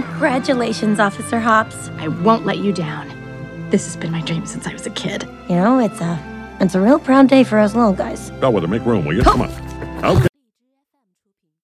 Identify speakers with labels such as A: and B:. A: Congratulations, Officer Hops.
B: I won't let you down. This has been my dream since I was a kid.
A: You know, it's a it's a real proud day for us little guys.
C: Bellwether, make room, will you? Come on.